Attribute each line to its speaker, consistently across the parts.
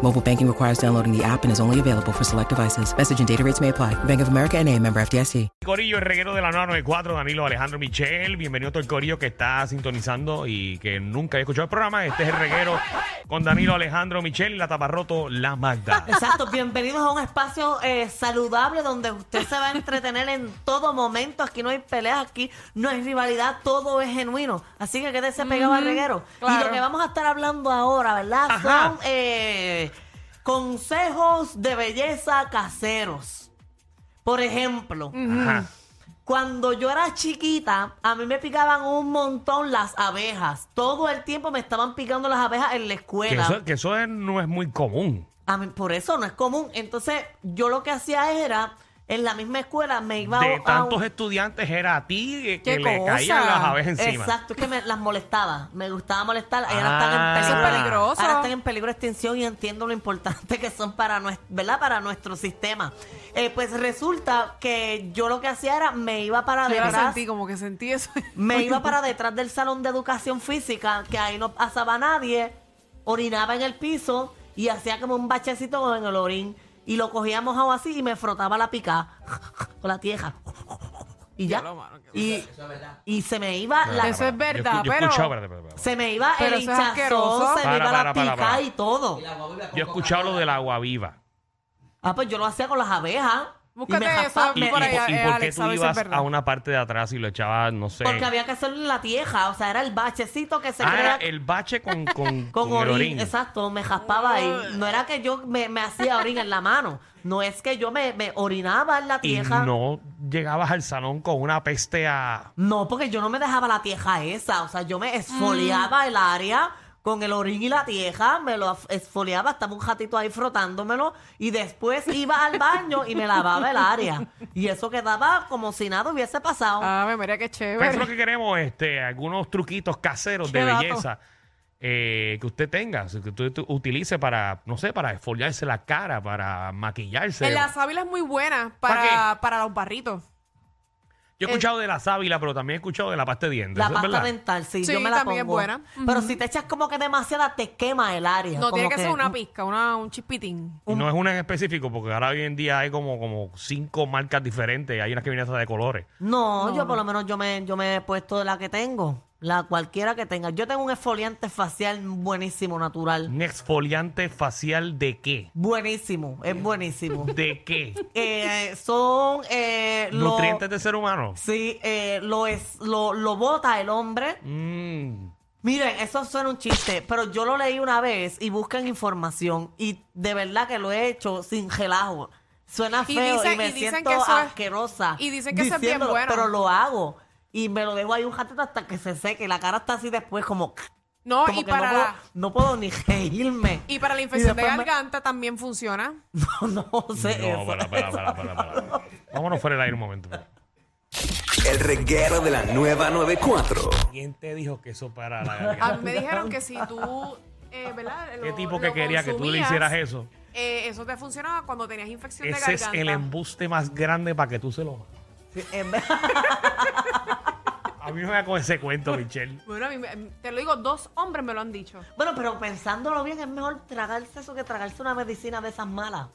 Speaker 1: Mobile banking requires downloading the app and is only available for select devices. Message and data rates may apply. Bank of America and a member FDIC.
Speaker 2: Corillo, el reguero de la 994, Danilo Alejandro Michel. Bienvenido a todo el Corillo que está sintonizando y que nunca había escuchado el programa. Este es el reguero con Danilo Alejandro Michel y la taparroto La Magda.
Speaker 3: Exacto, bienvenidos a un espacio eh, saludable donde usted se va a entretener en todo momento. Aquí no hay peleas, aquí no hay rivalidad, todo es genuino. Así que quédese pegado al reguero. Y lo que vamos a estar hablando ahora, ¿verdad?
Speaker 2: Ajá.
Speaker 3: Son eh, consejos de belleza caseros. Por ejemplo,
Speaker 2: Ajá.
Speaker 3: cuando yo era chiquita, a mí me picaban un montón las abejas. Todo el tiempo me estaban picando las abejas en
Speaker 2: Que
Speaker 3: la escuela.
Speaker 2: eso, que eso es- no es muy común.
Speaker 3: A mí, por eso no es común. Entonces, yo lo que hacía era, en la misma escuela me iba a-
Speaker 2: De
Speaker 3: a...
Speaker 2: tantos estudiantes era a ti que, que
Speaker 4: ¿Qué
Speaker 2: le
Speaker 4: cosa?
Speaker 2: caían las abejas encima.
Speaker 3: Exacto, es que me las molestaba. Me gustaba molestar. Ahora
Speaker 2: Ah. Eso
Speaker 3: están en peligro.
Speaker 2: es
Speaker 4: peligroso.
Speaker 3: Ahora están en peligro de extinción y entiendo lo importante que son para, nues- ¿verdad? para nuestro sistema. Eh, pues resulta que yo lo que hacía era, me iba para
Speaker 4: Yo la
Speaker 3: detrás.
Speaker 4: sentí como que sentí eso.
Speaker 3: Me iba para detrás del salón de educación física, que ahí no pasaba nadie, orinaba en el piso y hacía como un bachecito en el orín. Y lo cogía mojado así y me frotaba la pica con la tieja. Y ya.
Speaker 4: lo malo que
Speaker 3: Y, y se me iba
Speaker 2: Espera,
Speaker 3: la,
Speaker 4: Eso
Speaker 2: espera,
Speaker 4: es
Speaker 2: espera. Yo
Speaker 4: verdad,
Speaker 2: escu- yo he
Speaker 4: pero-
Speaker 2: escuchado- espera, espera, espera,
Speaker 3: se me iba el
Speaker 4: Pero eso es
Speaker 3: hinchazón, se
Speaker 4: asqueroso.
Speaker 3: me
Speaker 2: Para,
Speaker 3: iba
Speaker 2: para,
Speaker 3: la
Speaker 2: para,
Speaker 3: pica
Speaker 2: para.
Speaker 3: y todo.
Speaker 2: espera. Yo he escuchado lo del agua viva.
Speaker 3: Ah, pues yo lo hacía con las abejas. Y
Speaker 4: Búscate
Speaker 3: me
Speaker 4: eso,
Speaker 3: japa-
Speaker 2: ¿Y,
Speaker 4: Y
Speaker 3: me-
Speaker 4: por
Speaker 2: y-
Speaker 4: ahí,
Speaker 2: y
Speaker 4: eh,
Speaker 2: por qué
Speaker 4: Alex, a
Speaker 2: tú
Speaker 4: veces es
Speaker 2: ibas
Speaker 4: verdad.
Speaker 2: a una parte de atrás y lo echabas, no sé?
Speaker 3: porque había que hacerlo en la tieja, o sea, era el bachecito que se
Speaker 2: Ah, era
Speaker 3: crea
Speaker 2: el bache con, con, con
Speaker 3: Con,
Speaker 2: el
Speaker 3: orín,
Speaker 2: orín.
Speaker 3: exacto, me jaspaba
Speaker 4: Ah.
Speaker 3: ahí. No era que yo me, me hacía orín en la mano, no es que yo me, me orinaba en la
Speaker 2: Y
Speaker 3: tieja.
Speaker 2: no llegabas al salón con una peste a...
Speaker 3: No, porque yo no me dejaba la tieja esa, o sea, yo me esfoliaba
Speaker 4: Mm.
Speaker 3: el área con el orín y la tieja, me lo af- esfoliaba, estaba un ratito ahí frotándomelo y después iba al baño y me lavaba el área. Y eso quedaba como si nada hubiese pasado.
Speaker 4: Ah, me mira qué
Speaker 2: Pues eso es lo
Speaker 4: chévere.
Speaker 2: que queremos, este, algunos truquitos caseros
Speaker 4: Qué
Speaker 2: de
Speaker 4: dato.
Speaker 2: belleza eh, que usted tenga, o sea, que usted utilice para, no sé, para esfoliarse la cara, para maquillarse.
Speaker 4: En la sábila es muy buena
Speaker 2: ¿Para
Speaker 4: para, para los barritos.
Speaker 2: Yo he escuchado de la sábila, pero también he escuchado de la pasta de dientes.
Speaker 3: La
Speaker 2: ¿eso es
Speaker 3: pasta
Speaker 2: verdad?
Speaker 3: dental, sí,
Speaker 4: Sí,
Speaker 3: yo me la
Speaker 4: también es
Speaker 3: pongo.
Speaker 4: buena.
Speaker 3: Pero si te echas como que demasiada, te quema el área.
Speaker 4: No, tiene
Speaker 3: como
Speaker 4: que ser una pizca, una, un chispitín.
Speaker 2: Y no es una en específico, porque ahora hoy en día hay como, como cinco marcas diferentes. Hay unas que vienen hasta de colores.
Speaker 3: No, yo por lo menos yo me, yo me he puesto la que tengo, la cualquiera que tenga. Yo tengo un esfoliante facial buenísimo, natural.
Speaker 2: ¿Un exfoliante facial de qué?
Speaker 3: Buenísimo, es buenísimo.
Speaker 2: ¿De qué?
Speaker 3: Eh, son eh, lo-
Speaker 2: ¿Nutrientes de ser humano?
Speaker 3: Sí, eh, lo, es, lo, lo bota el hombre.
Speaker 2: Mm.
Speaker 3: Miren, eso suena un chiste, pero yo lo leí una vez y buscan información y de verdad que lo he hecho sin relajo. Suena
Speaker 4: Y
Speaker 3: feo y,
Speaker 4: dicen-
Speaker 3: me
Speaker 4: y dicen
Speaker 3: siento
Speaker 4: que eso es-
Speaker 3: asquerosa.
Speaker 4: y dicen que eso es bien
Speaker 3: diciéndolo,
Speaker 4: bueno.
Speaker 3: Pero lo hago y me lo dejo ahí un ratito hasta que se seque. La cara está así después como...
Speaker 4: No,
Speaker 3: como
Speaker 4: Oh, y
Speaker 3: que no
Speaker 4: para,
Speaker 3: puedo-
Speaker 4: la-
Speaker 3: no, puedo, ni reírme.
Speaker 4: y para la infección de
Speaker 3: después me-
Speaker 4: garganta también funciona.
Speaker 3: No, no sé
Speaker 2: No,
Speaker 3: eso.
Speaker 2: para, para, para, para, para. Vámonos fuera del aire un momento.
Speaker 5: El reguero de la nueva 94.
Speaker 2: ¿Quién te dijo que eso para la
Speaker 3: Ah,
Speaker 4: A
Speaker 2: garganta?
Speaker 4: mí me dijeron que si tú, eh, ¿verdad?
Speaker 2: ¿Qué
Speaker 4: Lo-
Speaker 2: tipo
Speaker 4: lo
Speaker 2: que quería que tú le
Speaker 4: consumías,
Speaker 2: hicieras eso?
Speaker 4: eh, eso te funcionaba cuando tenías infección de
Speaker 2: Ese es
Speaker 4: garganta.
Speaker 2: el em- embuste más grande para que tú se lo...
Speaker 3: Sí, en vez-
Speaker 2: A mí no me da con ese cuento, Michelle.
Speaker 4: Bueno, a mí me- te lo digo, dos hombres me lo han dicho.
Speaker 3: Bueno, pero pensándolo bien, es mejor tragarse eso que tragarse una medicina de esas malas.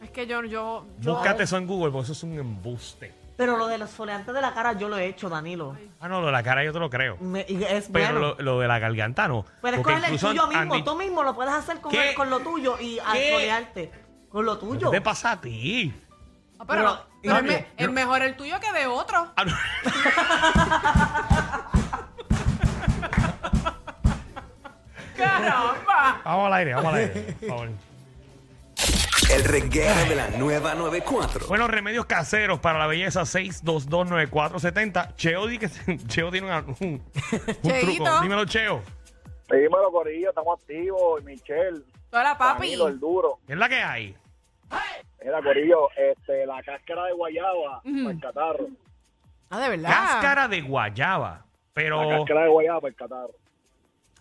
Speaker 4: Es que yo, yo, yo
Speaker 2: Búscate eso en Google, porque eso es un embuste.
Speaker 3: Pero lo de los foliantes de la cara yo lo he hecho, Danilo.
Speaker 2: Ah, no, lo de la cara yo te lo creo.
Speaker 3: Me- y es
Speaker 2: Pero
Speaker 3: bueno.
Speaker 2: lo, lo de la garganta no.
Speaker 3: Puedes
Speaker 2: Porque
Speaker 3: coger el
Speaker 2: incluso
Speaker 3: tuyo
Speaker 2: han- han
Speaker 3: mismo,
Speaker 2: dicho-
Speaker 3: tú mismo lo puedes hacer con,
Speaker 2: ¿Qué?
Speaker 3: el- con lo tuyo y al
Speaker 2: ¿Qué?
Speaker 3: foliarte. Con lo
Speaker 2: ¿Qué
Speaker 3: tuyo.
Speaker 2: te pasa a ti?
Speaker 4: Ah, pero,
Speaker 3: Pero-
Speaker 4: no, pero
Speaker 3: no,
Speaker 4: es, me-
Speaker 2: yo-
Speaker 4: es mejor el tuyo que de otro.
Speaker 2: Ah, no. Vamos al aire, vamos al aire. por favor.
Speaker 5: El reguero de la nueva 94.
Speaker 2: Bueno, remedios caseros para la belleza 6229470. Cheo, di que, Cheo tiene una- un, un truco.
Speaker 4: Cheito.
Speaker 2: Dímelo, Cheo.
Speaker 6: Dímelo, Corillo, estamos activos. Y Michelle,
Speaker 4: Hola, papi.
Speaker 6: Danilo, el duro.
Speaker 2: ¿Qué es la que hay?
Speaker 6: Mira, Corillo, este, la cáscara de guayaba para el catarro.
Speaker 4: Ah, de verdad.
Speaker 2: Cáscara de guayaba.
Speaker 6: La
Speaker 2: Pero,
Speaker 6: cáscara de guayaba para el catarro.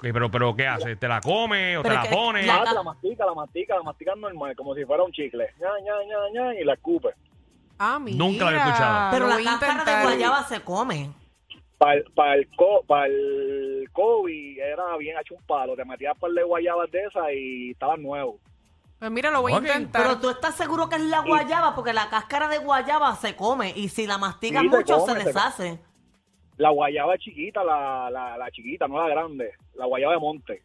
Speaker 2: Eh, pero, pero, ¿qué hace? ¿Te la come o te
Speaker 3: Pero
Speaker 2: la
Speaker 3: que-
Speaker 2: pone?
Speaker 3: la-
Speaker 6: Ah, te la mastica, la mastica, la mastica normal, como si fuera un chicle. Ña, ña, ña, ña, y la escupe.
Speaker 4: Ah, mira.
Speaker 2: Nunca lo había escuchado.
Speaker 3: Pero
Speaker 4: Lo
Speaker 3: la
Speaker 4: voy a
Speaker 3: cáscara de
Speaker 4: intentar.
Speaker 3: guayaba se come.
Speaker 6: Para el, co, pa el COVID era bien hecho un palo. Te metías par de guayabas de esas y estabas nuevo.
Speaker 4: Pues mira, lo voy a
Speaker 2: Ok.
Speaker 4: intentar.
Speaker 3: Pero tú estás seguro que es la guayaba, porque la cáscara de guayaba se come y si la mastigas
Speaker 6: Sí, se
Speaker 3: mucho
Speaker 6: come,
Speaker 3: se
Speaker 6: se
Speaker 3: deshace.
Speaker 6: La guayaba chiquita, la, la, la chiquita, no la grande. La guayaba de monte.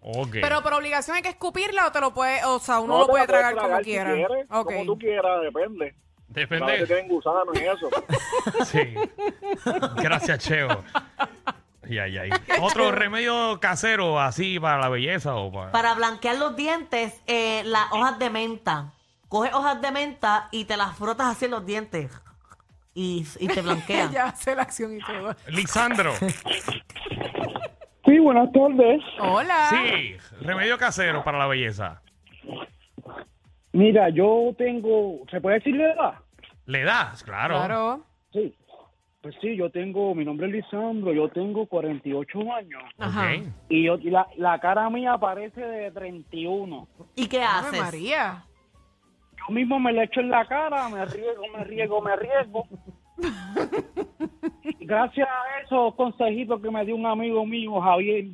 Speaker 2: Ok.
Speaker 4: Pero por obligación hay que escupirla o te lo puede, o sea, uno
Speaker 6: No,
Speaker 4: lo
Speaker 6: te la
Speaker 4: puede
Speaker 6: puedes
Speaker 4: tragar como
Speaker 6: tragar si
Speaker 4: quiera.
Speaker 6: quieres,
Speaker 4: ok.
Speaker 6: Como tú quieras, depende. Claro que
Speaker 2: Depende.
Speaker 6: tienen gusano en eso.
Speaker 2: Sí. Gracias, Cheo. Ay, ay, ay. Otro remedio casero así para la belleza o para.
Speaker 3: Para blanquear los dientes, eh, las hojas de menta. Coges hojas de menta y te las frotas así en los dientes. Y, y te blanquean.
Speaker 4: Ella hace la acción y todo.
Speaker 6: Ah,
Speaker 2: Lisandro.
Speaker 6: Sí, buenas tardes.
Speaker 4: Hola.
Speaker 2: Sí. Remedio casero para la belleza.
Speaker 6: Mira, yo tengo, ¿se puede decir la edad?
Speaker 2: Le das, claro.
Speaker 4: Claro.
Speaker 6: Sí. Pues sí, yo tengo, mi nombre es Lisandro, yo tengo 48 años
Speaker 4: Ajá.
Speaker 2: Ok.
Speaker 6: y, yo, y la, la cara mía parece de 31.
Speaker 3: ¿Y qué
Speaker 4: Ave
Speaker 3: haces?
Speaker 4: María.
Speaker 6: Yo mismo me la echo en la cara, me riego, me riego, me riego. Gracias a esos consejitos que me dio un amigo mío, Javier,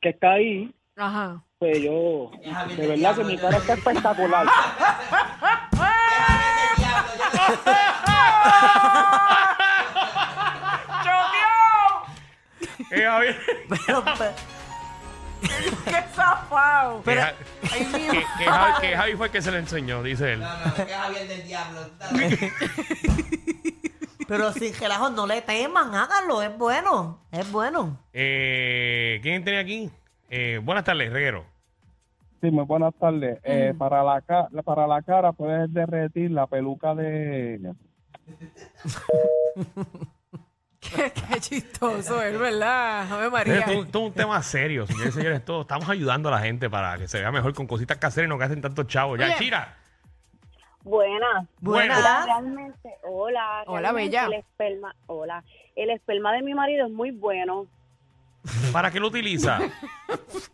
Speaker 6: que está ahí,
Speaker 4: Ajá.
Speaker 6: pues yo,
Speaker 3: Javier
Speaker 6: de
Speaker 3: del
Speaker 6: verdad
Speaker 3: diablo,
Speaker 6: que mi
Speaker 3: ya.
Speaker 6: cara está espectacular.
Speaker 2: Eh, Javier,
Speaker 3: Pero, pero-
Speaker 4: ¡Qué zafado!
Speaker 2: que, Ja-
Speaker 4: Ay, mi
Speaker 2: que- que Javi, que Javi fue el que se le enseñó, dice él.
Speaker 3: pero sin relajo, no le teman, háganlo, es bueno, es bueno.
Speaker 2: Eh, ¿Quién tiene aquí? Eh, buenas tardes, Reguero.
Speaker 7: Sí, muy buenas tardes. Eh, para, la ca- para la cara puedes derretir la peluca de...
Speaker 4: Qué, qué chistoso es, ¿verdad? Ave María.
Speaker 2: Esto, esto es un tema serio, señores y señores. Todo, estamos ayudando a la gente para que se vea mejor con cositas caseras y no gasten tantos chavos. Ya,
Speaker 4: Oye.
Speaker 2: Chira.
Speaker 8: Buenas.
Speaker 2: Buenas.
Speaker 8: Hola,
Speaker 3: Buenas.
Speaker 8: realmente. Hola.
Speaker 4: Hola,
Speaker 8: realmente
Speaker 4: bella.
Speaker 8: El esperma, hola. El esperma de mi marido es muy bueno.
Speaker 2: ¿Para qué lo utiliza?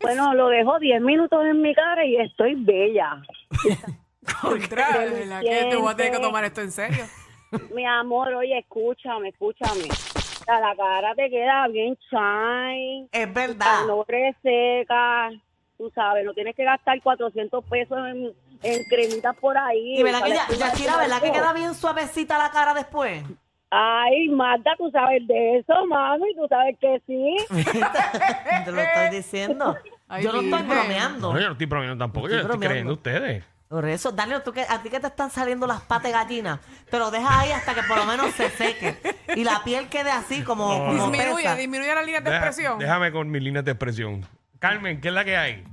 Speaker 8: Bueno, lo dejo 10 minutos en mi cara y estoy bella.
Speaker 4: Contra, de ¿verdad? Que tú vas a tener que tomar esto en serio.
Speaker 8: Mi amor, oye, escúchame, escúchame. O sea, La cara te queda bien shine,
Speaker 3: Es
Speaker 8: la
Speaker 3: verdad.
Speaker 8: no reseca. Tú sabes, no tienes que gastar 400 pesos en, en cremitas por ahí.
Speaker 3: Y verdad que
Speaker 8: Para
Speaker 3: ya,
Speaker 8: estimar
Speaker 3: Yachira,
Speaker 8: tu
Speaker 3: ¿verdad que
Speaker 8: valor.
Speaker 3: queda bien suavecita la cara después?
Speaker 8: Ay, Marta, tú sabes de eso, mami, tú sabes que sí.
Speaker 3: Te lo estoy diciendo.
Speaker 4: Eh, Ay,
Speaker 3: yo no estoy
Speaker 4: Virgen.
Speaker 2: No,
Speaker 3: bromeando.
Speaker 2: yo no estoy bromeando tampoco, yo
Speaker 3: Estoy
Speaker 2: estoy,
Speaker 3: bromeando.
Speaker 2: creyendo ustedes.
Speaker 3: Por eso, Daniel, ¿tú que, a ti que te están saliendo las patas de gallina, te lo dejas ahí hasta que por lo menos se seque y la piel quede así como,
Speaker 2: No, no,
Speaker 3: como
Speaker 4: Disminuye,
Speaker 3: tesa.
Speaker 4: disminuye las líneas de
Speaker 2: Deja-
Speaker 4: expresión.
Speaker 2: déjame con mis líneas de expresión. Carmen, ¿qué es la que hay?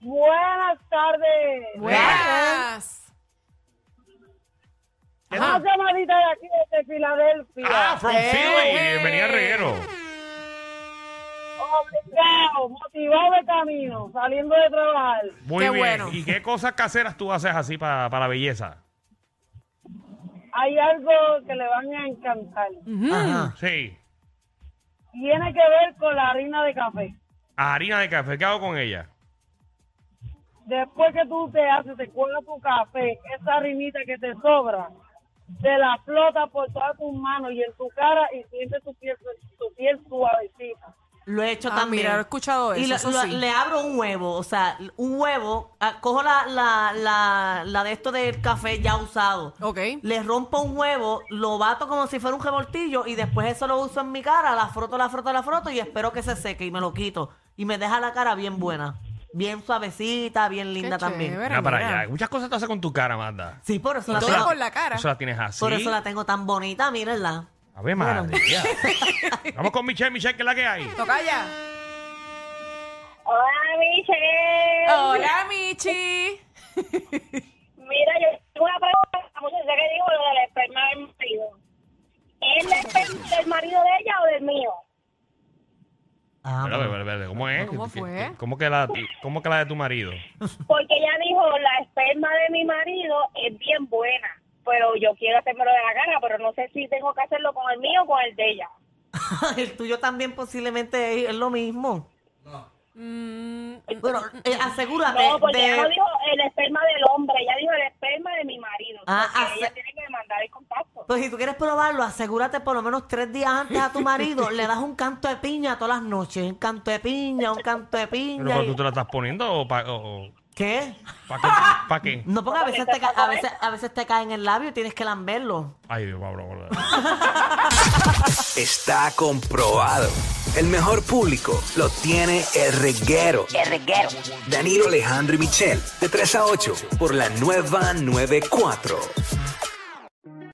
Speaker 8: Buenas tardes.
Speaker 4: Buenas.
Speaker 8: Una llamadita de aquí desde Filadelfia.
Speaker 2: Ah, from
Speaker 4: Eh.
Speaker 2: Philly. Bienvenida, Reguero.
Speaker 8: Obligado, motivado de camino, saliendo de trabajar.
Speaker 2: Muy
Speaker 4: Qué
Speaker 2: bien.
Speaker 4: bueno.
Speaker 2: ¿Y qué cosas caseras tú haces así para, para la belleza?
Speaker 8: Hay algo que le van a encantar.
Speaker 3: Mm. Ajá.
Speaker 2: Sí.
Speaker 8: Tiene que ver con la harina de café.
Speaker 2: harina de café, ¿qué hago con ella?
Speaker 8: Después que tú te haces, te cuelgas tu café, esa harinita que te sobra, te la flota por todas tus manos y en tu cara y sientes tu piel, tu piel suavecita.
Speaker 3: Lo he hecho
Speaker 4: Ah,
Speaker 3: también.
Speaker 4: mira, he escuchado
Speaker 3: Y
Speaker 4: eso,
Speaker 3: lo-
Speaker 4: eso
Speaker 3: lo-
Speaker 4: sí.
Speaker 3: le abro un huevo, o sea, un huevo, ah, cojo la, la, la, la de esto del café ya usado.
Speaker 4: Ok.
Speaker 3: Le rompo un huevo, lo bato como si fuera un revoltillo y después eso lo uso en mi cara, la froto, la froto, la froto y espero que se seque y me lo quito. Y me deja la cara bien buena, bien suavecita, bien linda también.
Speaker 4: chévere,
Speaker 2: Mira para
Speaker 4: mira.
Speaker 2: allá. Muchas cosas tú haces con tu cara, Manda.
Speaker 3: Sí, por eso, la
Speaker 4: Todo
Speaker 3: tengo,
Speaker 4: con la cara.
Speaker 2: Eso la tienes así.
Speaker 3: por eso la tengo tan bonita, mírenla.
Speaker 2: A ver, madre. mía. Vamos con Michelle, Michelle, ¿qué es la que hay?
Speaker 4: Toca ya.
Speaker 8: Michelle.
Speaker 4: Hola, Michi.
Speaker 8: Mira, yo tengo una pregunta. La muchacha que dijo lo del esperma del marido. ¿Es el esperma del marido de ella o del mío?
Speaker 3: Ah,
Speaker 2: Espérate, espérate, espérate, ¿Cómo es?
Speaker 4: ¿Cómo fue?
Speaker 2: ¿Cómo que, la, ¿Cómo que la de tu marido?
Speaker 8: Porque ella dijo, la esperma de mi marido es bien buena, pero yo quiero hacérmelo de la cara, pero no sé si tengo que hacerlo con el mío o con el de ella.
Speaker 3: el tuyo también posiblemente es lo mismo.
Speaker 4: Mm,
Speaker 3: Bueno, eh, asegúrate
Speaker 8: No, porque ella no
Speaker 3: de...
Speaker 8: dijo el esperma del hombre, ella dijo el esperma de mi marido.
Speaker 3: Ah,
Speaker 8: porque
Speaker 3: hace-
Speaker 8: ella tiene que mandar el contacto.
Speaker 3: Pues si tú quieres probarlo, asegúrate por lo menos tres días antes a tu marido. le das un canto de piña todas las noches. Un canto de piña, un canto de
Speaker 2: ¿Pero
Speaker 3: piña.
Speaker 2: pero
Speaker 3: y-
Speaker 2: tú te la estás poniendo o para o, o-
Speaker 3: ¿Qué?
Speaker 2: pa' qué? ¿Pa' qué?
Speaker 3: No, porque a veces, te ca- a, veces, a veces te cae en el labio y tienes que lamberlo.
Speaker 2: Ay, Dios, Pablo. Pablo.
Speaker 5: Está comprobado. El mejor público lo tiene el reguero. El reguero. Danilo Alejandro y Michel, de 3 a 8, por la nueva 94.